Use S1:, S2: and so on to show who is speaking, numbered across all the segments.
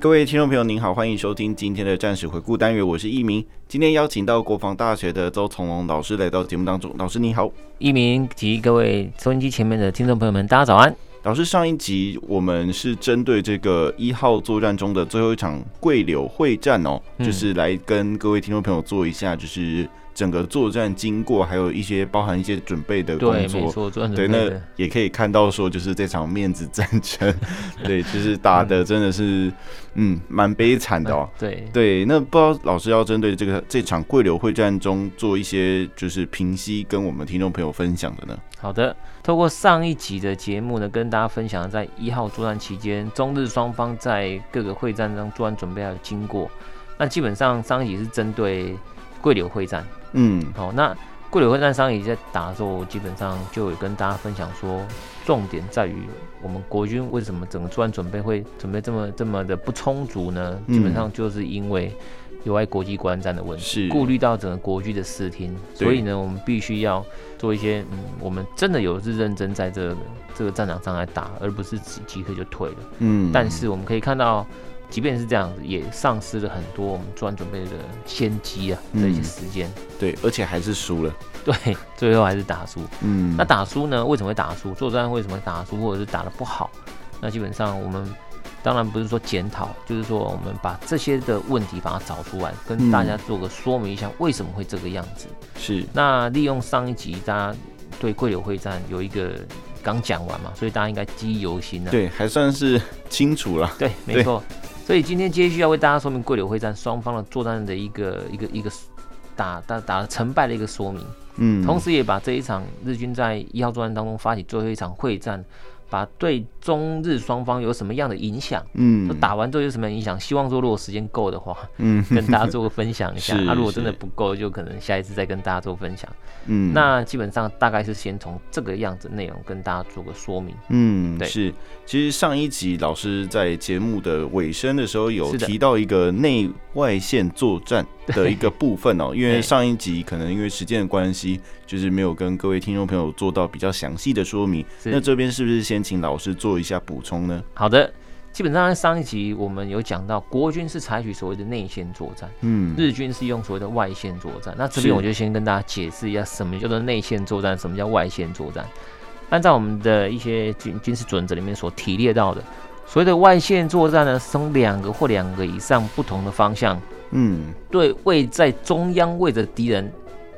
S1: 各位听众朋友，您好，欢迎收听今天的战史回顾单元，我是一鸣。今天邀请到国防大学的周从龙老师来到节目当中，老师你好。
S2: 一鸣及各位收音机前面的听众朋友们，大家早安。
S1: 老师，上一集我们是针对这个一号作战中的最后一场桂柳会战哦，
S2: 嗯
S1: 就是来跟各位听众朋友做一下，就是整个作战经过，还有一些包含一些准备的工
S2: 对，没
S1: 作。
S2: 错，做很
S1: 对，
S2: 准备
S1: 那
S2: 的。
S1: 也可以看到说，就是这场面子战争，对，就是打的真的是，嗯，蛮悲惨的哦。
S2: 嗯对，
S1: 对，那不知道老师要针对这个这场桂柳会战中做一些就是评析，跟我们听众朋友分享的呢？
S2: 好的。透过上一集的节目呢，跟大家分享在一号作战期间，中日双方在各个会战中做完准备的经过。那基本上上一集是针对桂柳会战。
S1: 嗯，
S2: 好，那桂柳会战上一集在打的时候，我基本上就有跟大家分享说，重点在于我们国军为什么整个作战准备会准备这么这么的不充足呢？
S1: 嗯
S2: 基本上就是因为有碍国际观战的问题。
S1: 是
S2: 顾虑到整个国军的视听，
S1: 对
S2: 所以呢，我们必须要做一些，嗯，我们真的有是认真在这个这个战场上来打，而不是即即刻就退了。
S1: 嗯，
S2: 但是我们可以看到，即便是这样，也丧失了很多我们作战准备的先机啊，这些
S1: 嗯
S2: 时间。
S1: 对，而且还是输了。
S2: 对，最后还是打输。
S1: 嗯，
S2: 那打输呢？为什么会打输？作战为什么打输，或者是打得不好？那基本上我们当然不是说检讨，就是说我们把这些的问题把它找出来，跟大家做个说明一下为什么会这个样子。
S1: 是
S2: 那利用上一集大家对桂柳会战有一个刚讲完嘛，所以大家应该记忆犹新啊。
S1: 对，还算是清楚了。
S2: 对，没错。所以今天接续要为大家说明桂柳会战双方的作战的一个一个一个打打打成败的一个说明。
S1: 嗯，
S2: 同时也把这一场日军在一号作战当中发起最后一场会战，把对中日双方有什么样的影响，
S1: 嗯
S2: 就，打完之后有什么影响，希望说如果时间够 的话，
S1: 嗯
S2: 跟大家做个分享一下。
S1: 是
S2: 啊，如果真的
S1: 是
S2: 不够，就可能下一次再跟大家做分享。
S1: 嗯，
S2: 那基本上大概是先从这个样子内容跟大家做个说明。
S1: 嗯，
S2: 对
S1: 是。其实上一集老师在节目的尾声的时候有
S2: 是的
S1: 提到一个内外线作战的一个部分 哦，因为
S2: 对
S1: 上一集可能因为时间的关系，就是没有跟各位听众朋友做到比较详细的说明。
S2: 是
S1: 那这边是不是先请老师做一下补充呢？
S2: 好的，基本上上一集我们有讲到，国军是采取所谓的内线作战。
S1: 嗯，
S2: 日军是用所谓的外线作战。那这
S1: 是
S2: 边我就先跟大家解释一下，什么叫做内线作战，什么叫外线作战。按照我们的一些军军事准则里面所提列到的，所谓的外线作战呢，是从两个或两个以上不同的方向，
S1: 嗯，
S2: 对位在中央位置的敌人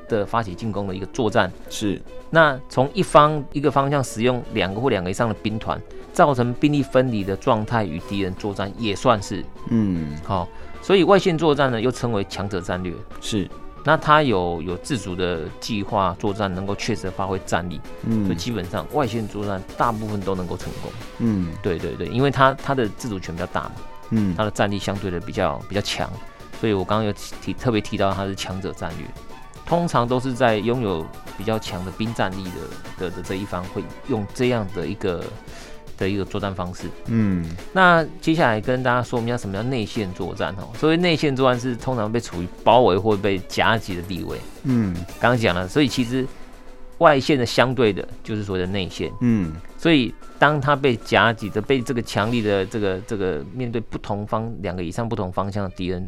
S2: 的发起进攻的一个作战。
S1: 是，
S2: 那从一方一个方向使用两个或两个以上的兵团，造成兵力分离的状态与敌人作战，也算是
S1: 嗯，
S2: 好、所以外线作战呢，又称为强者战略。
S1: 是，
S2: 那他有有自主的计划作战，能够确实发挥战力，所以
S1: 嗯，
S2: 基本上外线作战大部分都能够成功。
S1: 嗯，
S2: 对对对，因为他他的自主权比较大嘛，
S1: 嗯，
S2: 他的战力相对的比较比较强，所以我刚刚有提特别提到他是强者战略，通常都是在拥有比较强的兵战力的的的这一方会用这样的一个的一个作战方式。
S1: 嗯，
S2: 那接下来跟大家说明一下什么叫内线作战哦。所谓内线作战是通常被处于包围或被夹击的地位。
S1: 嗯，
S2: 刚刚讲了，所以其实外线的相对的就是所谓的内线。
S1: 嗯，
S2: 所以当它被夹击的，被这个强力的这个这个面对不同方两个以上不同方向的敌人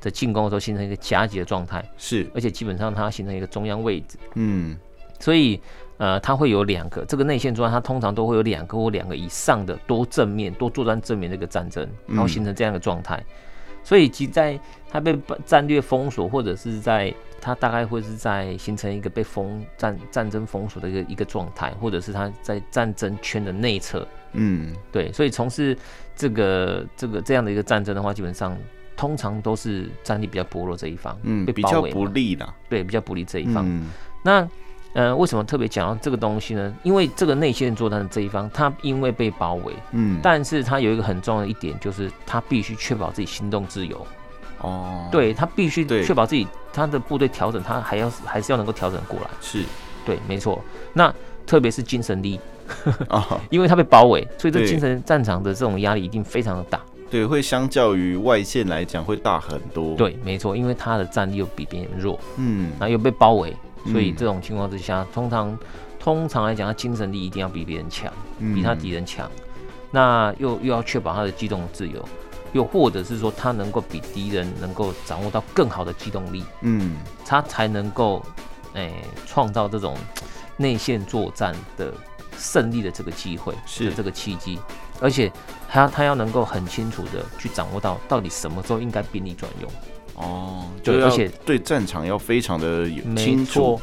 S2: 的进攻的时候，形成一个夹击的状态，
S1: 是，
S2: 而且基本上它形成一个中央位置，
S1: 嗯，
S2: 所以。呃，它会有两个这个内线作战，它通常都会有两个或两个以上的多正面、多作战正面的一个战争，然后形成这样的状态。所以，即在它被战略封锁，或者是在它大概会是在形成一个被封战战争封锁的一个一个状态，或者是它在战争圈的内侧。
S1: 嗯，
S2: 对，所以从事这个这个这样的一个战争的话，基本上通常都是战力比较薄弱这一方，
S1: 嗯，
S2: 被
S1: 比
S2: 包
S1: 较
S2: 围
S1: 不
S2: 嘛
S1: 利啦。
S2: 对，比较不利这一方。
S1: 嗯，
S2: 那呃，为什么特别讲到这个东西呢？因为这个内线作战的这一方，他因为被包围，
S1: 嗯，
S2: 但是他有一个很重要的一点，就是他必须确保自己行动自由。
S1: 哦，，
S2: 对他必须
S1: 对
S2: 确保自己他的部队调整，他还要还是要能够调整过来。
S1: 是
S2: 对，没错。那特别是精神力，
S1: 啊，
S2: 因为他被包围，所以这
S1: 对
S2: 精神战场的这种压力一定非常的大。
S1: 对，会相较于外线来讲会大很多。，
S2: 对，没错，因为他的战力又比别人弱，
S1: 嗯，
S2: 然后又被包围，所以
S1: 嗯
S2: 这种情况之下，通常通常来讲，他精神力一定要比别人强，
S1: 嗯
S2: 比他敌人强。那又又要确保他的机动自由，又或者是说他能够比敌人能够掌握到更好的机动力。
S1: 嗯，
S2: 他才能够，诶、创造这种内线作战的胜利的这个机会，
S1: 是
S2: 的这个契机，而且他他要能够很清楚的去掌握到到底什么时候应该兵力转用，
S1: 哦，
S2: 对
S1: 就要
S2: 而且
S1: 对战场要非常的有
S2: 没
S1: 清楚
S2: 错。。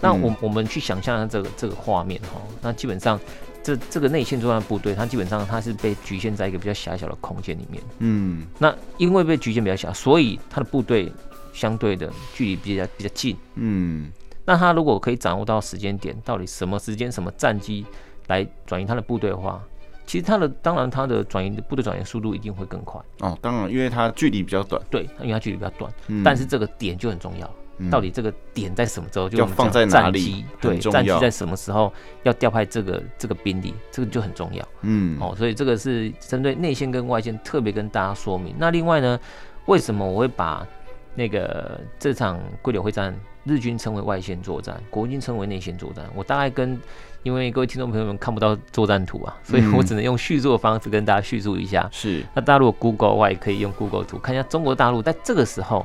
S2: 那
S1: 嗯
S2: 我、我们去想象一下这个这个画面哈，那基本上这这个内线作战部队，它基本上它是被局限在一个比较狭小的空间里面。
S1: 嗯，
S2: 那因为被局限比较小，所以它的部队相对的距离比较比较近，
S1: 嗯，
S2: 那他如果可以掌握到时间点，到底什么时间、什么战机来转移他的部队的话，其实他的当然他的转移部队转移速度一定会更快，
S1: 哦，当然，因为它距离比较短，
S2: 对，因为他距离比较短。
S1: 嗯
S2: 但是这个点就很重要，
S1: 嗯
S2: 到底这个点在什么时候就
S1: 要
S2: 我们讲
S1: 放在哪里
S2: 战机
S1: 很
S2: 对，
S1: 重
S2: 战机
S1: 要
S2: 在什么时候要调派这个这个兵力，这个就很重要。
S1: 嗯，
S2: 哦，所以这个是针对内线跟外线特别跟大家说明。那另外呢，为什么我会把那个这场龟柳会战日军称为外线作战，国军称为内线作战？我大概跟因为各位听众朋友们看不到作战图啊，所以我
S1: 嗯
S2: 只能用叙述的方式跟大家叙述一下。
S1: 是，
S2: 那大家如果 Google 的话，也可以用 Google 图看一下中国大陆在这个时候，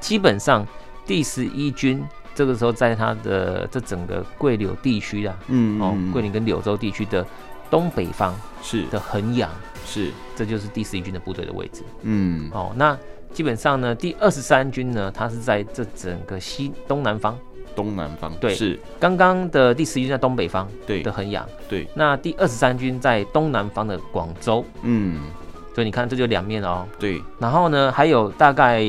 S2: 基本上第十一军这个时候在它的这整个桂柳地区啊，
S1: 嗯，
S2: 哦
S1: 嗯，
S2: 桂林跟柳州地区的东北方
S1: 是
S2: 的衡阳。
S1: 是，
S2: 这就是第十一军的部队的位置
S1: 嗯，
S2: 哦。那基本上呢，第二十三军呢，它是在这整个西东南方。
S1: 东南方，
S2: 对
S1: 是，
S2: 刚刚的第十一军在东北方
S1: 对
S2: 的，衡阳，
S1: 对，
S2: 那第二十三军在东南方的广州，
S1: 嗯，
S2: 所以你看这就两面哦。
S1: 对，
S2: 然后呢，还有大概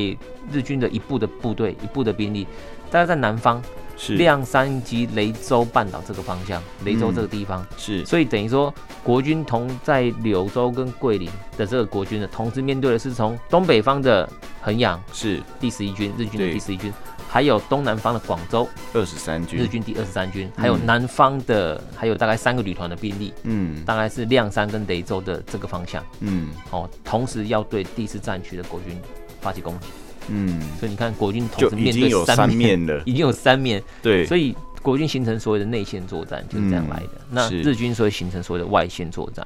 S2: 日军的一部的部队，一部的兵力，大概在南方
S1: 是，
S2: 亮山及雷州半岛这个方向，雷州
S1: 嗯
S2: 这个地方，
S1: 是，
S2: 所以等于说国军同在柳州跟桂林的这个国军呢，同时面对的是从东北方的衡阳，
S1: 是
S2: 第十一军，日军的
S1: 对
S2: 第十一军，还有东南方的广州，
S1: 二十三军，
S2: 日军第二十三军，还有南方的，还有大概三个旅团的兵力，
S1: 嗯
S2: 大概是亮山跟雷州的这个方向
S1: 嗯
S2: 哦，同时要对第四战区的国军发起攻击，
S1: 嗯，
S2: 所以你看国军同
S1: 就
S2: 时
S1: 已
S2: 面
S1: 经
S2: 对
S1: 有三
S2: 面，
S1: 面了，
S2: 已经有三面，
S1: 对，嗯
S2: 所以国军形成所谓的内线作战就是这样来的。那
S1: 是
S2: 日军所以形成所谓的外线作战。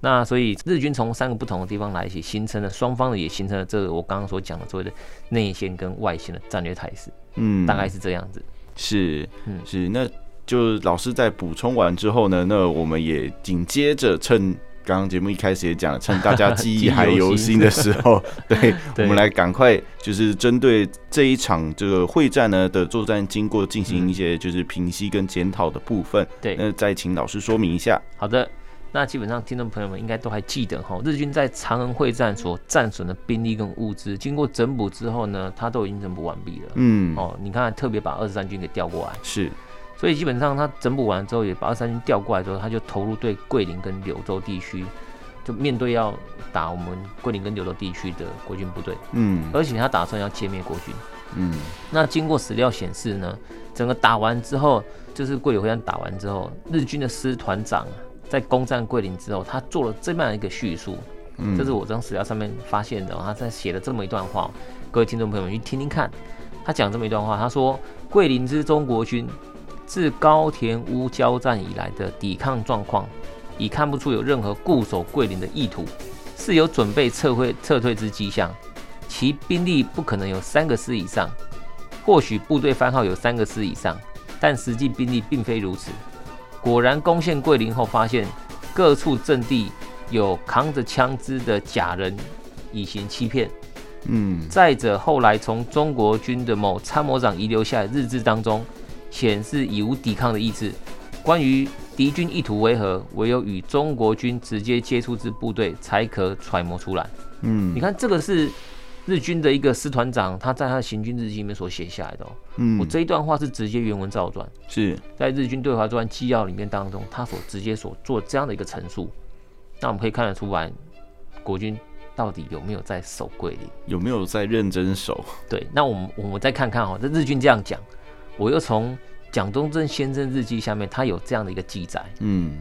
S2: 那所以日军从三个不同的地方来一起，形成了双方的也形成了这个我刚刚所讲的所谓的内线跟外线的战略态势，
S1: 嗯，
S2: 大概是这样子。
S1: 是
S2: 嗯
S1: 是，那就老师在补充完之后呢，那我们也紧接着趁。刚刚节目一开始也讲了，趁大家记
S2: 记忆
S1: 忆还
S2: 犹
S1: 犹
S2: 新
S1: 新的时候， 对我
S2: 对
S1: 们来赶快就是针对这一场这个会战呢的作战经过进行一些就是评析跟检讨的部分。
S2: 嗯对
S1: 那再请老师说明一下。
S2: 好的，那基本上听众朋友们应该都还记得哈，日军在长安会战所战损的兵力跟物资，经过整补之后呢，他都已经整补完毕了。
S1: 嗯，
S2: 哦，你看特别把二十三军给调过来，
S1: 是，
S2: 所以基本上他整补完之后，也把二三军调过来之后，他就投入对桂林跟柳州地区，就面对要打我们桂林跟柳州地区的国军部队，
S1: 嗯
S2: 而且他打算要歼灭国军。
S1: 嗯，
S2: 那经过史料显示呢，整个打完之后，就是桂林会战打完之后，日军的师团长啊，在攻占桂林之后，他做了这么样一个叙述，
S1: 嗯
S2: 这是我从史料上面发现的哦、他在写的这么一段话哦，各位听众朋友们去听听看，他讲这么一段话，他说：“桂林之中国军，自高田屋交战以来的抵抗状况，已看不出有任何固守桂林的意图，是有准备撤退撤退之迹象。其兵力不可能有三个师以上，或许部队番号有三个师以上，但实际兵力并非如此。果然攻陷桂林后，发现各处阵地有扛着枪支的假人以行欺骗。
S1: 嗯
S2: 再者，后来从中国军的某参谋长遗留下的日志当中，显示已无抵抗的意志。关于敌军意图为何，唯有与中国军直接接触之部队才可揣摩出来。
S1: 嗯，
S2: 你看，这个是日军的一个师团长，他在他的行军日记里面所写下来的、哦。
S1: 嗯，
S2: 我这一段话是直接原文照转，
S1: 是
S2: 在日军对华作战纪要里面当中，他所直接所做这样的一个陈述。那我们可以看得出来，国军到底有没有在守桂林？
S1: 有没有在认真守？
S2: 对，那我们我们再看看哈、哦，这日军这样讲，我又从蒋中正先生日记下面，他有这样的一个记载：
S1: 嗯，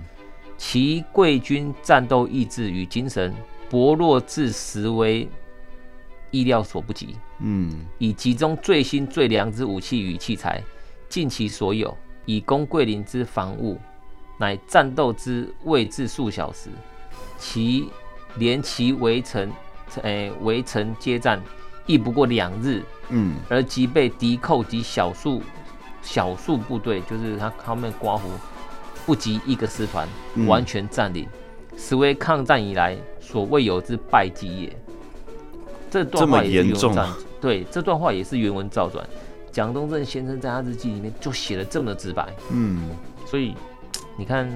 S2: 其贵军战斗意志与精神薄弱至实为意料所不及，
S1: 嗯，
S2: 以集中最新最良之武器与器材，尽其所有，以供桂林之防务，乃战斗之位置数小时，其连其围城，诶、围城接战，亦不过两日，
S1: 嗯，
S2: 而即被敌寇及小数小数部队，就是他他们刮胡不及一个师团
S1: 嗯
S2: 完全占领，实为抗战以来所未有之败绩也。这段
S1: 这么
S2: 话也是
S1: 严
S2: 原
S1: 重
S2: 文照
S1: 啊，
S2: 对，这段话也是原文照转。蒋中正先生在他日记里面就写的这么的直白，
S1: 嗯，
S2: 所以你看，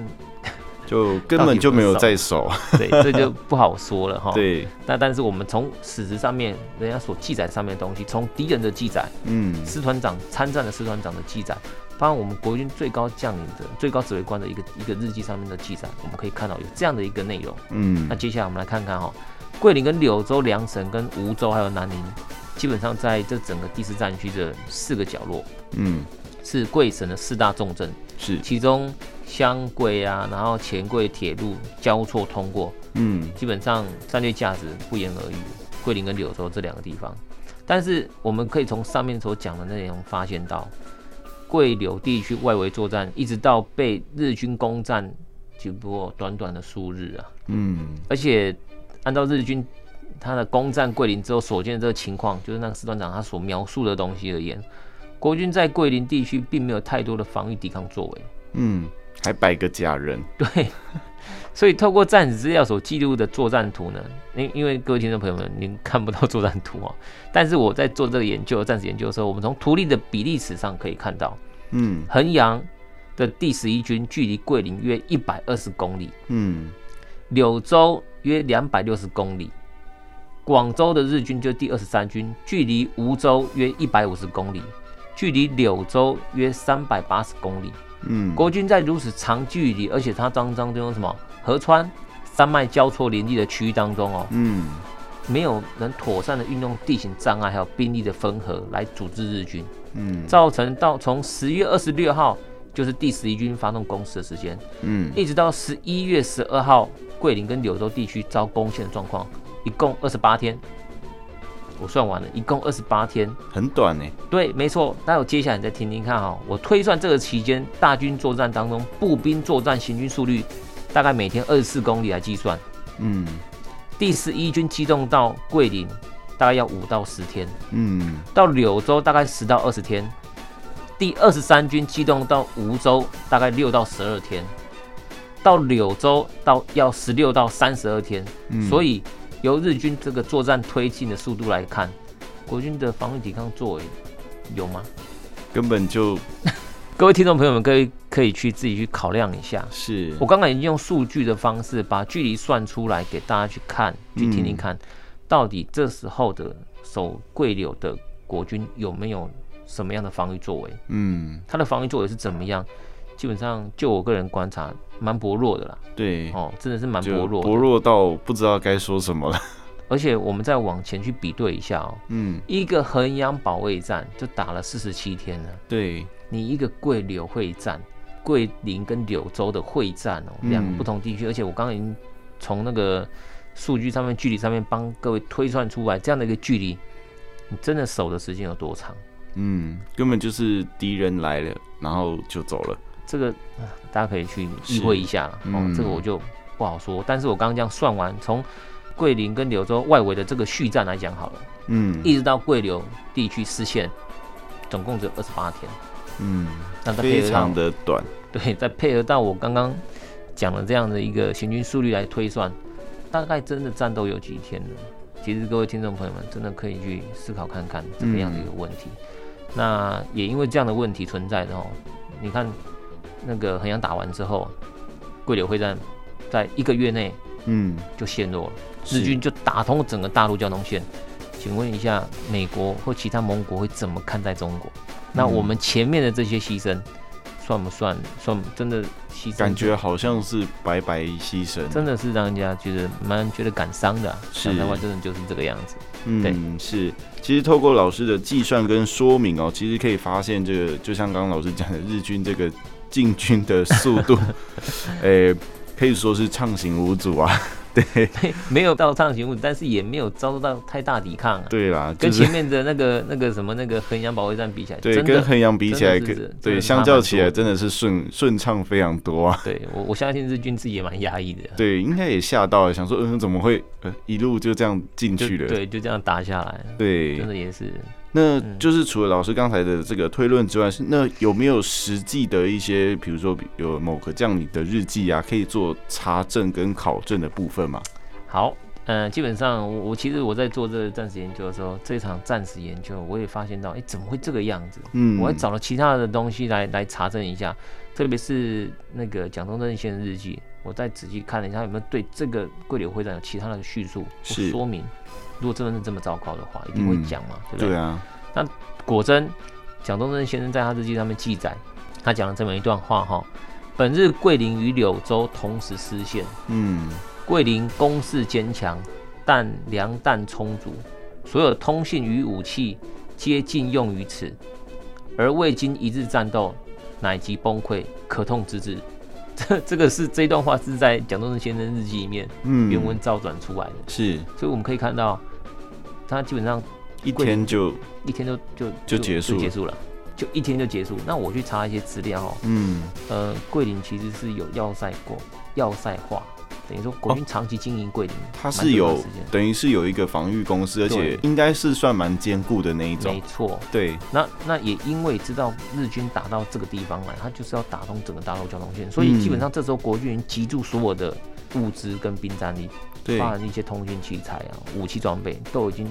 S1: 就根本就没有在守。
S2: 对，这就不好说了哈。，
S1: 对，
S2: 那但是我们从史实上面，人家所记载上面的东西，从敌人的记载，
S1: 嗯，
S2: 师团长参战的师团长的记载，包括我们国军最高将领的最高指挥官的一个一个日记上面的记载，我们可以看到有这样的一个内容。
S1: 嗯
S2: 那，接下来我们来看看哈、桂林跟柳州、梁省跟梧州还有南宁，基本上在这整个第四战区的四个角落
S1: 嗯，
S2: 是桂省的四大重镇，
S1: 是，
S2: 其中湘桂啊，然后黔桂铁路交错通过，
S1: 嗯，
S2: 基本上战略价值不言而喻。桂林跟柳州这两个地方，但是我们可以从上面所讲的内容发现到，桂柳地区外围作战一直到被日军攻占，只不过短短的数日啊。
S1: 嗯，
S2: 而且按照日军他的攻占桂林之后所见的这个情况，就是那个师团长他所描述的东西而言，国军在桂林地区并没有太多的防御抵抗作为。
S1: 嗯，还摆个假人。
S2: 对，所以透过战史资料所记录的作战图呢，因因为各位听众朋友们，您看不到作战图哦，但是我在做这个研究战史研究的时候，我们从图例的比例尺上可以看到，
S1: 嗯
S2: 衡阳的第十一军距离桂林约一百二十公里，
S1: 嗯
S2: 柳州约两百六十公里，广州的日军就第二十三军，距离梧州约一百五十公里，距离柳州约三百八十公里。
S1: 嗯，
S2: 国军在如此长距离，而且它当当中什么河川、山脉交错林立的区域当中哦，
S1: 嗯
S2: 没有能妥善的运用地形障碍还有兵力的分合来组织日军，
S1: 嗯
S2: 造成到从十月二十六号就是第十一军发动攻势的时间，
S1: 嗯
S2: 一直到十一月十二号，桂林跟柳州地区遭攻陷的状况，一共二十八天。我算完了，一共二十八天。
S1: 很短欸呢。
S2: 对，没错。待会接下来你再听听看哈、我推算这个期间大军作战当中，步兵作战行军速率大概每天二十四公里来计算，
S1: 嗯
S2: 第十一军机动到桂林大概要五到十天，
S1: 嗯
S2: 到柳州大概十到二十天，第二十三军机动到梧州大概六到十二天，到柳州到要十六到三十二天，
S1: 嗯，
S2: 所以由日军这个作战推进的速度来看，国军的防御抵抗作为有吗？
S1: 根本就
S2: 各位听众朋友们，可以可以去自己去考量一下。
S1: 是
S2: 我刚刚已经用数据的方式把距离算出来给大家去看，去
S1: 嗯
S2: 听听看，到底这时候的守桂柳的国军有没有什么样的防御作为？
S1: 嗯
S2: 他的防御作为是怎么样？基本上就我个人观察，蛮薄弱的啦，
S1: 对，
S2: 哦，真的是蛮
S1: 嗯就
S2: 薄弱的
S1: 薄弱到不知道该说什么了。
S2: 而且我们再往前去比对一下哦，
S1: 嗯，
S2: 一个衡阳保卫战就打了四十七天了。
S1: 对，
S2: 你一个桂柳会战，桂林跟柳州的会战哦，
S1: 嗯
S2: 两个不同地区，而且我刚刚已经从那个数据上面、距离上面帮各位推算出来这样的一个距离，你真的守的时间有多长？
S1: 嗯，根本就是敌人来了，然后就走了。
S2: 这个呃大家可以去意
S1: 是
S2: 会一下啦哦，
S1: 嗯
S2: 这个我就不好说。但是我刚刚这样算完，从桂林跟柳州外围的这个续战来讲好了，
S1: 嗯
S2: 一直到桂柳地区失陷，总共只有二十八天。
S1: 嗯，
S2: 那再配
S1: 非
S2: 合上
S1: 常的短。
S2: 对，再配合到我刚刚讲的这样的一个行军速率来推算，大概真的战斗有几天呢？其实各位听众朋友们，真的可以去思考看看这个样的一个问题。那也因为这样的问题存在的哦，你看那个衡阳打完之后，桂柳会战在一个月内
S1: 嗯，
S2: 就陷落了，
S1: 是
S2: 日军就打通整个大陆交通线，请问一下，美国或其他盟国会怎么看待中国？那
S1: 嗯
S2: 我们前面的这些牺牲，算不算？算真的牺牲？
S1: 感觉好像是白白牺牲，
S2: 真的是让人家觉得蛮觉得感伤的、啊。
S1: 是
S2: 讲台湾真的就是这个样子。对
S1: 嗯，是。其实透过老师的计算跟说明哦，其实可以发现，这个就像刚刚老师讲的，日军这个进军的速 度，诶、可以说是畅行无阻啊。
S2: 没有到上行物，但是也没有遭受到太大抵抗、啊。
S1: 对啦，
S2: 跟
S1: 就是
S2: 前面的那个那个什么那个衡阳保卫战比起来，
S1: 对，
S2: 真
S1: 跟
S2: 的
S1: 衡阳比起来，
S2: 真的
S1: 可
S2: 是真的
S1: 对
S2: 是
S1: 相
S2: 差
S1: 较
S2: 蛮
S1: 起
S2: 多
S1: 来，
S2: 的
S1: 真的是顺顺畅非常多啊。
S2: 对我我相信日军自己也蛮压抑的，啊
S1: 对，应该也吓到了，想说，嗯，怎么会呃一路就这样进
S2: 就
S1: 去了？
S2: 对，就这样打下来，
S1: 对
S2: 真的也是
S1: 那
S2: 嗯
S1: 就是除了老师刚才的这个推论之外，是那有没有实际的一些，比如说有某个将领的日记啊，可以做查证跟考证的部分嘛？
S2: 好。嗯，基本上我我其实我在做这个战史研究的时候，这场战史研究我也发现到，哎，怎么会这个样子？
S1: 嗯，
S2: 我还找了其他的东西来来查证一下，特别是那个蒋中正先生日记，我再仔细看了一下有没有对这个桂柳会战有其他的叙述或
S1: 是
S2: 说明。如果真的是这么糟糕的话，一定会
S1: 嗯
S2: 讲嘛，对不
S1: 对啊，
S2: 果真，蒋中正先生在他日记上面记载，他讲了这么一段话哈：本日桂林与柳州同时失陷，
S1: 嗯，
S2: 桂林攻势坚强，但粮弹充足，所有通信与武器皆禁用于此，而未经一日战斗，乃即崩溃，可痛之至。 这这个是这段话是在蒋中正先生日记里面
S1: 嗯
S2: 原文照转出来的，
S1: 是
S2: 所以我们可以看到，他基本上
S1: 一
S2: 桂
S1: 天就
S2: 一天就就
S1: 就结束
S2: 就结束了，就一天就结束。那我去查一些资料哦，
S1: 嗯
S2: 呃，桂林其实是有要塞过、要塞化，等于说国军长期经营桂林，
S1: 哦它
S2: 蛮
S1: 是
S2: 长
S1: 有
S2: 的时间
S1: 等于是有一个防御公司，而且
S2: 对
S1: 应该是算蛮坚固的那一种
S2: 没。错。
S1: 对，
S2: 那那也因为知道日军打到这个地方来，他就是要打通整个大陆交通线，所以
S1: 嗯
S2: 基本上这时候国军已经集住所有的物资跟兵战力，
S1: 对，
S2: 包含一些通讯器材啊、武器装备都已经。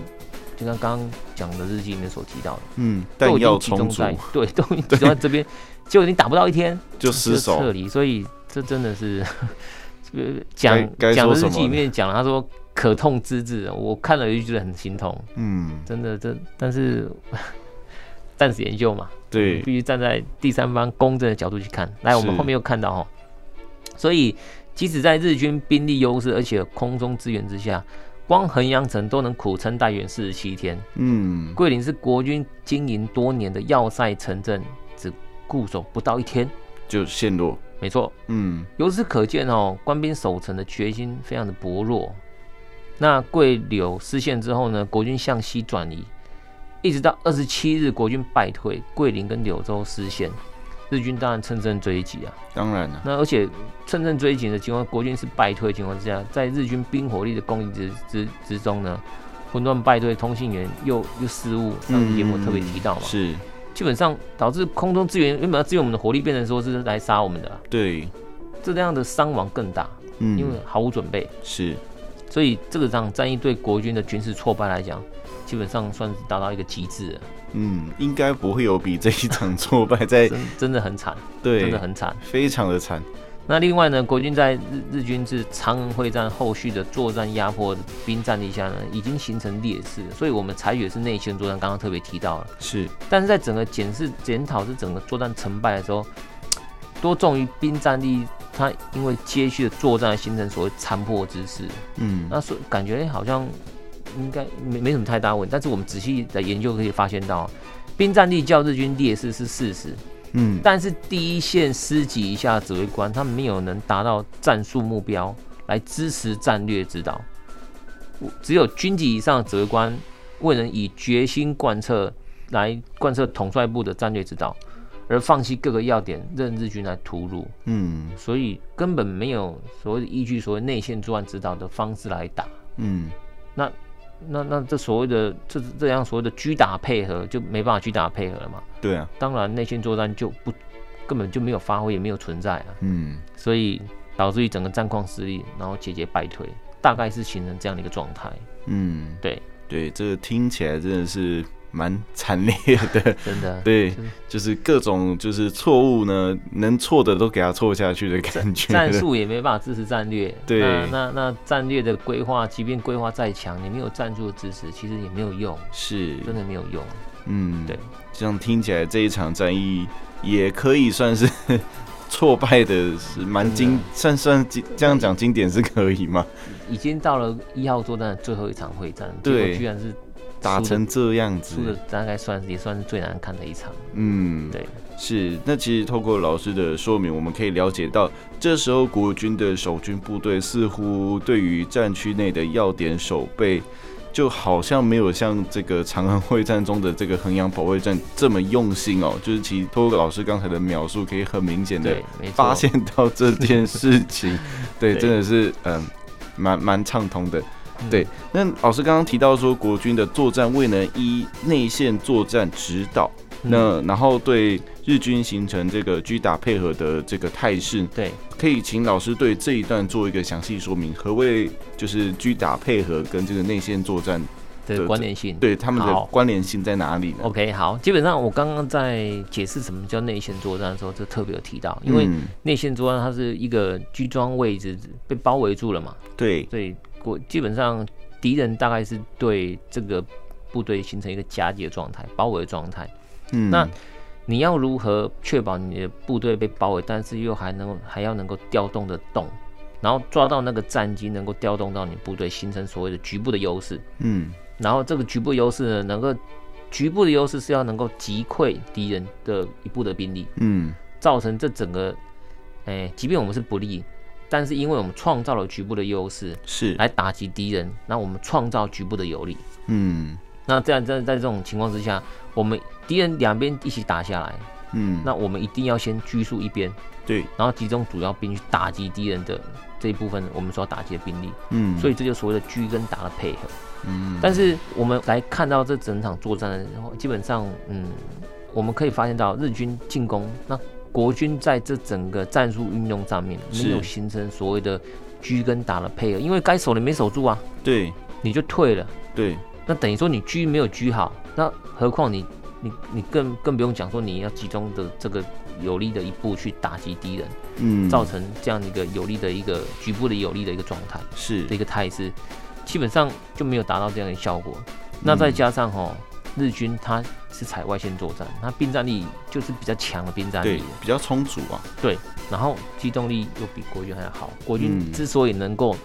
S2: 就像刚刚讲的日记里面所提到的，
S1: 嗯，
S2: 都
S1: 弹
S2: 已经
S1: 药
S2: 集
S1: 充
S2: 中
S1: 足
S2: 在对， 都已经集中在这边，结果你打不到一天，
S1: 就
S2: 就
S1: 失
S2: 撤
S1: 手，
S2: 离，所以这真的是 这个讲
S1: 该
S2: 讲
S1: 说
S2: 的
S1: 什
S2: 日
S1: 么
S2: 记里面讲了，他说可痛之至，我看了就觉得很心痛，
S1: 嗯，
S2: 真的这但是 暂时研究嘛，
S1: 对
S2: 必，须站在第三方公正的角度去看。来，我们
S1: 是
S2: 后面又看到哦，所以即使在日军兵力优势而且空中支援之下。光衡阳城都能苦撑待援四十七天，
S1: 嗯，
S2: 桂林是国军经营多年的要塞城镇，只固守不到一天。
S1: 就陷落，
S2: 没错，
S1: 嗯，
S2: 由此可见哦，官兵守城的决心非常的薄弱。那桂柳失陷之后呢，国军向西转移，一直到二十七日国军败退，桂林跟柳州失陷，日军当然乘胜追击啊。
S1: 当然了，
S2: 那而且乘胜追击的情况，国军是败退的情况之下，在日军兵火力的攻击之之之中呢，混乱败退，通信员又又失误，上次节目特别提到嘛，
S1: 嗯是
S2: 基本上导致空中支援原本要支援我们的火力，变成说是来杀我们的啦，
S1: 对，
S2: 这样的伤亡更大。
S1: 嗯，
S2: 因为毫无准备，
S1: 是
S2: 所以这个场战役对国军的军事挫败来讲，基本上算是达到一个极致了，
S1: 嗯，应该不会有比这一场挫败在
S2: 真真的很惨， 真
S1: 对
S2: 的，很惨。
S1: 非常的惨，
S2: 那另外呢，国军在日日军至长衡会战后续的作战压迫兵战力下呢，已经形成劣势了，所以我们采取的是内线作战，刚刚特别提到了。
S1: 是
S2: 但是在整个检视检讨这整个作战成败的时候，多重于兵战力，它因为接续的作战而形成所谓残破之势。
S1: 嗯，
S2: 那说感觉好像应该没没什么太大问题，但是我们仔细的研究可以发现到，兵战力较日军劣势是事实，
S1: 嗯，
S2: 但是第一线师级以下的指挥官他没有能达到战术目标来支持战略指导，只有军级以上的指挥官未能以决心贯彻来贯彻统帅部的战略指导，而放弃各个要点，任日军来屠戮，
S1: 嗯
S2: 所以根本没有所谓的依据所谓内线作战指导的方式来打。
S1: 嗯，
S2: 那那这所谓的这这样所谓的狙打配合就没办法狙打配合了嘛？
S1: 对啊，
S2: 当然内线作战就不根本就没有发挥，也没有存在啊，
S1: 嗯，
S2: 所以导致于整个战况失利，然后节节败退，大概是形成这样的一个状态。
S1: 嗯，
S2: 对
S1: 对，这个听起来真的是蛮惨烈的。
S2: 真的，
S1: 对
S2: 就是，
S1: 就是各种就是错误呢，能错的都给它错下去的感觉。
S2: 战术也没办法支持战略。
S1: 对
S2: 那那那战略的规划，即便规划再强，你没有战术的支持，其实也没有用，
S1: 是，
S2: 真的没有用。
S1: 嗯，
S2: 对，
S1: 这样听起来这一场战役也可以算是 挫败的，是蛮经
S2: 真
S1: 算
S2: 的
S1: 算经这样讲经典是可以吗？
S2: 已经到了一号作战的最后一场会战，结
S1: 对
S2: 果居然是
S1: 打成这样
S2: 输的
S1: 子，
S2: 大概算也算是最难看的一场。
S1: 嗯，
S2: 对，
S1: 是，那其实透过老师的说明，我们可以了解到，这时候国军的守军部队似乎对于战区内的要点守备，就好像没有像这个长安会战中的这个衡阳保卫战这么用心哦。就是其实透过老师刚才的描述，可以很明显的
S2: 对，没错
S1: 发。现到这件事 情，对，
S2: 对
S1: 真的是嗯，蛮蛮畅通的。
S2: 嗯
S1: 对，那老师刚刚提到说，国军的作战未能依内线作战指导，
S2: 嗯
S1: 那然后对日军形成这个狙打配合的这个态势，
S2: 对，
S1: 可以请老师对这一段做一个详细说明，何谓就是狙打配合跟这个内线作战
S2: 的
S1: 对
S2: 关联性。
S1: 对他们的
S2: 好哦
S1: 关联性在哪里呢？
S2: OK，好，基本上我刚刚在解释什么叫内线作战的时候，就特别有提到，因为
S1: 嗯
S2: 内线作战它是一个居庄位置被包围住了嘛，
S1: 对，
S2: 所以国基本上敌人大概是对这个部队形成一个夹击的状态、包围的状态。
S1: 嗯
S2: 那你要如何确保你的部队被包围，但是又还能还要能够调动得动，然后抓到那个战机，能够调动到你部队，形成所谓的局部的优势。
S1: 嗯
S2: 然后这个局部优势呢，能够局部的优势是要能够击溃敌人的一部的兵力，
S1: 嗯
S2: 造成这整个，哎，即便我们是不利，但是因为我们创造了局部的优势，
S1: 是
S2: 来打击敌人，那我们创造局部的有利。
S1: 嗯
S2: 那这样在在这种情况之下，我们敌人两边一起打下来，
S1: 嗯
S2: 那我们一定要先拘束一边，
S1: 对
S2: 然后集中主要兵去打击敌人的这一部分我们所要打击的兵力。
S1: 嗯
S2: 所
S1: 以
S2: 以这就是所谓的狙跟打的配合。
S1: 嗯
S2: 但是我们来看到这整场作战的时候，基本上，嗯，我们可以发现到日军进攻，那国军在这整个战术运用上面
S1: 是
S2: 没有形成所谓的狙跟打的配合，因为该守的没守住啊，
S1: 对
S2: 你就退了。
S1: 对
S2: 那等于说你狙没有狙好，那何况你你你更更不用讲说你要集中的这个有力的一步去打击敌人，
S1: 嗯
S2: 造成这样的一个有利的一个局部的有利的一个状态
S1: 是
S2: 的一个态势，基本上就没有达到这样的效果。那
S1: 嗯
S2: 再加上哈、日军他是采外线作战，他兵战力就是比较强的兵战
S1: 对
S2: 力，
S1: 比较充足啊，
S2: 然后机动力又比国军还要好。国
S1: 嗯
S2: 军之所以能够、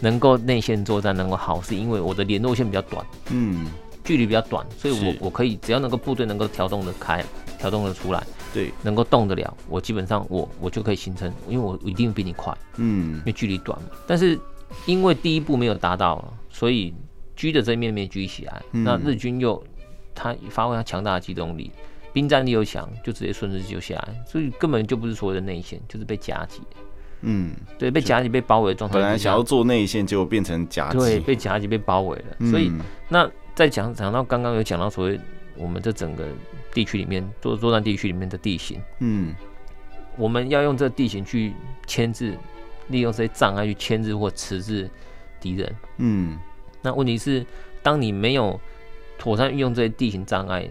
S2: 能够内线作战能够好，是因为我的联络线比较短。
S1: 嗯
S2: 距离比较短，所以
S1: 是
S2: 我我可以只要能够部队能够调动的开，调动的出来，
S1: 对，
S2: 能够动得了，我基本上我我就可以形成，因为我一定比你快，
S1: 嗯
S2: 因为距离短嘛。但是因为第一步没有达到，所以狙的这一面没狙起来，
S1: 嗯
S2: 那日军又他发挥他强大的机动力。兵战力又强，就直接顺势就下来，所以根本就不是所谓的内线，就是被夹击，
S1: 嗯，
S2: 对，被夹击被包围的状态之
S1: 本
S2: 下。
S1: 来想要做内线，结果变成夹击，
S2: 对，被夹击被包围了，
S1: 嗯
S2: 所以那再讲讲到刚刚有讲到所谓我们这整个地区里面作作战地区里面的地形，
S1: 嗯
S2: 我们要用这地形去牵制，利用这些障碍去牵制或迟滞敌人。
S1: 嗯
S2: 那问题是，当你没有妥善运用这些地形障碍，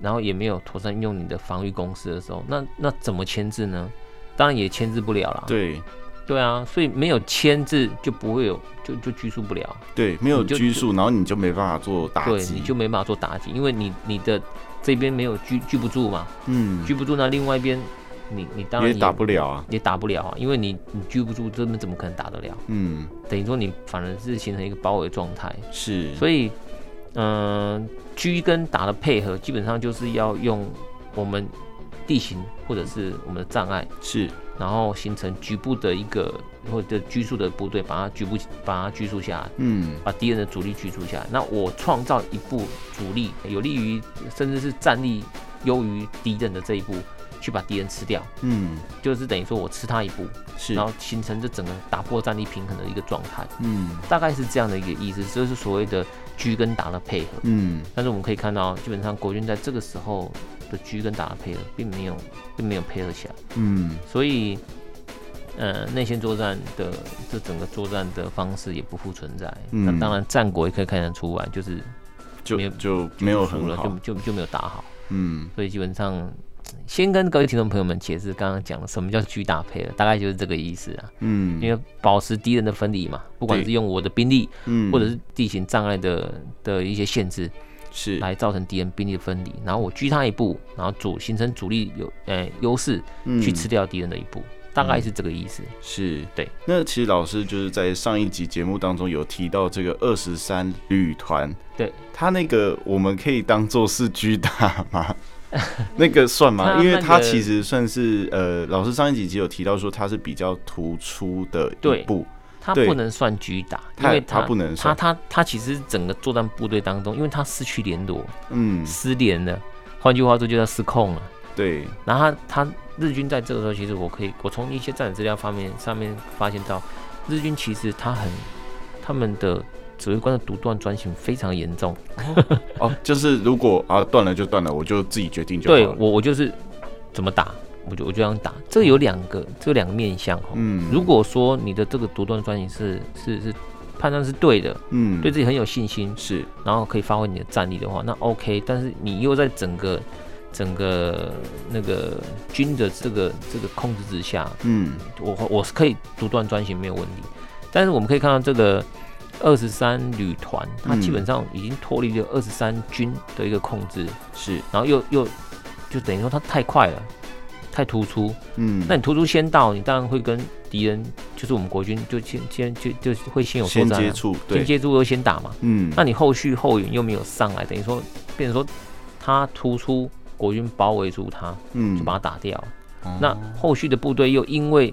S2: 然后也没有妥善运用你的防御攻势的时候，那那怎么牵制呢？当然也牵制不了啦。
S1: 对
S2: 对啊，所以没有牵制就不会有，就就拘束不了。
S1: 对，没有
S2: 你就
S1: 拘束，然后你就没办法做打
S2: 对，
S1: 击，
S2: 你就没办法做打击，因为你你的这边没有拘拘不住嘛，
S1: 嗯
S2: 拘不住那另外一边，你你当然
S1: 也打不了啊，
S2: 也打不了啊，因为你你拘不住这边怎么可能打得了？
S1: 嗯
S2: 等于说你反而是形成一个包围状态，
S1: 是，
S2: 所以嗯、狙跟打的配合基本上就是要用我们地形或者是我们的障碍，
S1: 是
S2: 然后形成局部的一个或者拘束的部队，把它局部把它拘束下来。
S1: 嗯
S2: 把敌人的主力驱逐下来。那我创造一部主力，有利于甚至是战力优于敌人的这一步，去把敌人吃掉，
S1: 嗯
S2: 就是等于说我吃他一步，
S1: 是
S2: 然，后形成这整个打破战力平衡的一个状态，
S1: 嗯
S2: 大概是这样的一个意思，这就是所谓的狙跟打的配合。
S1: 嗯
S2: 但是我们可以看到，基本上国军在这个时候的狙跟打的配合，并没有并没有配合起来。
S1: 嗯
S2: 所以，呃，内线作战的这整个作战的方式也不复存在。
S1: 嗯
S2: 那当然，战国也可以看得出来，就是
S1: 就
S2: 没有
S1: 就没有
S2: 服
S1: 很
S2: 了，
S1: 好，
S2: 就就就没有打好。
S1: 嗯，
S2: 所以基本上，先跟各位听众朋友们解释刚刚讲的什么叫巨大配了，大概就是这个意思啊。
S1: 嗯，
S2: 因为保持敌人的分离嘛，不管
S1: 对
S2: 是用我的兵力，
S1: 嗯
S2: 或者是地形障碍的的一些限制，
S1: 是
S2: 来造成敌人兵力的分离，然后我居他一步，然后主形成主力有呃优势，去
S1: 嗯
S2: 吃掉敌人的一步，大概是这个意思。
S1: 是
S2: 对。
S1: 那其实老师就是在上一集节目当中有提到这个二十三旅团，
S2: 对，
S1: 他那个我们可以当做是居大 吗？那个算吗？
S2: 它
S1: 因为
S2: 那
S1: 它
S2: 个
S1: 其实算是呃，老师上一集集有提到说它是比较突出的一
S2: 对
S1: 步，
S2: 他
S1: 对
S2: 不能算狙打，因
S1: 它
S2: 为
S1: 它
S2: 他
S1: 不能
S2: 他
S1: 算，
S2: 他他其实是整个作战部队当中，因为他失去联络，
S1: 嗯，
S2: 失联了，换句话说就叫失控了。
S1: 对，
S2: 然后他他日军在这个时候，其实我可以我从一些战史资料方面上面发现到，日军其实他很他们的指挥官的独断专行非常严重。
S1: 哦，就是如果啊断了就断了，我就自己决定就好
S2: 对
S1: 了。
S2: 我我就是怎么打，我就我就这样打。这个有两个，这个两个面向哦。
S1: 嗯
S2: 如果说你的这个独断专行是是是判断是对的，
S1: 嗯
S2: 对自己很有信心，
S1: 是
S2: 然后可以发挥你的战力的话，那 OK。但是你又在整个整个那个军的这个这个控制之下，
S1: 嗯
S2: 我我是可以独断专行没有问题。但是我们可以看到这个二十三旅团，它
S1: 嗯
S2: 基本上已经脱离了二十三军的一个控制，
S1: 是
S2: 然后又又就等于说它太快了，太突出。
S1: 嗯，
S2: 那你突出先到，你当然会跟敌人，就是我们国军就先先就就会先有作
S1: 先
S2: 战啊、
S1: 接触
S2: 先
S1: 对，
S2: 接触又先打嘛。
S1: 嗯
S2: 那你后续后援又没有上来，等于说变成说他突出国军包围住他，
S1: 嗯
S2: 就把他打掉。
S1: 哦
S2: 那后续的部队又因为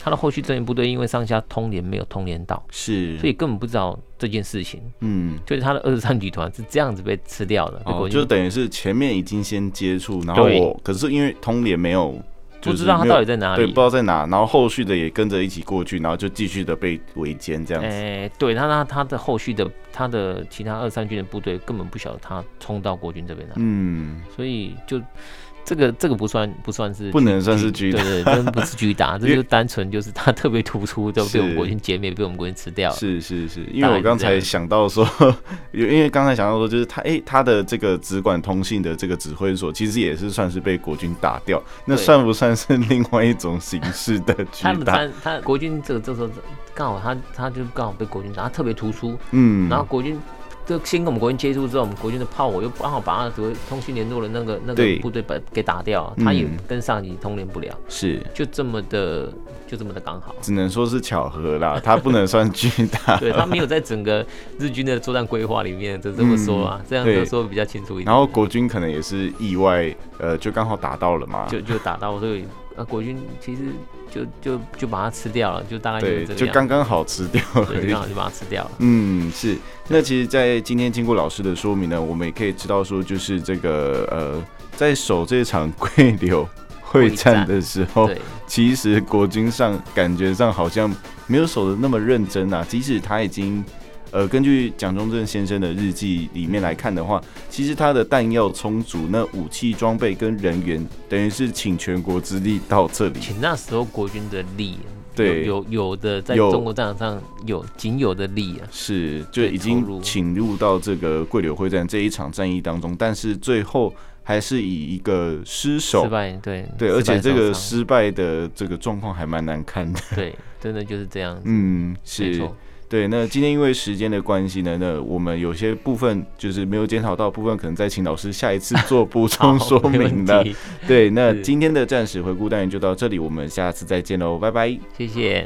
S2: 他的后续增援部队因为上下通联没有通联到，
S1: 是
S2: 所以根本不知道这件事情，
S1: 嗯。
S2: 就是他的二十三集团是这样子被吃掉的，被
S1: 哦，
S2: 国
S1: 就
S2: 军
S1: 等于是前面已经先接触，然后
S2: 对
S1: 我可是因为通联没有，就
S2: 不
S1: 是
S2: 知道他
S1: 没有
S2: 到底在哪
S1: 对，
S2: 里
S1: 不知。道在哪，然后后续的也跟着一起过去，然后就继续的被围歼这样子。
S2: 哎、对，他他他的后续的他的其他二三军的部队根本不晓得他冲到国军这边来，
S1: 嗯，
S2: 所以就这个这个不算不算是
S1: 不能算是狙
S2: 对对，对真不是 狙打，
S1: 因
S2: 这
S1: 为
S2: 就单纯就是他特别突出，都
S1: 是
S2: 被我们国军歼灭，被我们国军吃掉了。
S1: 是是是，因
S2: 大
S1: 为
S2: 概
S1: 我
S2: 是
S1: 刚
S2: 这样
S1: 才想到说， 因为刚才想到说，就是他哎、他的这个只管通信的这个指挥所，其实也是算是被国军打掉，那
S2: 对
S1: 算不算是另外一种形式的
S2: 他
S1: 狙
S2: 们
S1: 打？
S2: 他他国军这个这时候刚好他他就刚好被国军打，他特别突出，
S1: 嗯
S2: 然后国军。就先跟我们国军接触之后，我们国军的炮火又刚好把他所谓通讯联络的那个那
S1: 对
S2: 个部队把给打掉，
S1: 嗯
S2: 他也跟上级通联不了，
S1: 是。。
S2: 就这么的就这么的刚好
S1: 只能说是巧合啦，他不能算狙打。
S2: 对他没有在整个日军的作战规划里面，就这么说啊，这样
S1: 对
S2: 就说比较清楚一点。
S1: 然后国军可能也是意外，呃，就刚好打到了嘛，
S2: 就就打到，所以啊，国军其实就就就把它吃掉了，就大概就是
S1: 对，
S2: 这个
S1: 就
S2: 样
S1: 刚
S2: 子，
S1: 刚好吃掉而
S2: 对，就
S1: 已
S2: 刚。好就把它吃掉了。
S1: 嗯，是。那其实，在今天经过老师的说明呢，我们也可以知道说，就是这个呃，在守这场 桂柳会战的时候，
S2: 对，
S1: 其实国军上感觉上好像没有守的那么认真啊，即使他已经。呃，根据蒋中正先生的日记里面来看的话，其实他的弹药充足，那武器装备跟人员，等于是请全国之力到这里。
S2: 请那时候国军的力，啊
S1: 对
S2: 有有有的在
S1: 有
S2: 中国战场上有仅有的力啊，
S1: 是，就
S2: 对
S1: 已
S2: 投
S1: 经
S2: 入
S1: 侵入到这个桂柳会战这一场战役当中，但是最后还是以一个失
S2: 失
S1: 手，
S2: 败，对
S1: 对，
S2: 失
S1: 而且
S2: 败
S1: 这
S2: 受
S1: 个
S2: 伤
S1: 失败的这个状况还蛮难看的。
S2: 对，真的就是这样子，
S1: 嗯，
S2: 没
S1: 是
S2: 错，
S1: 对。那今天因为时间的关系呢，那我们有些部分就是没有检讨到的部分，可能再请老师下一次做 补充
S2: 好
S1: 说
S2: 没问
S1: 明了。
S2: 题
S1: 对，那
S2: 是
S1: 今天的战史回顾单元就到这里，我们下次再见喽，拜拜。
S2: 谢谢。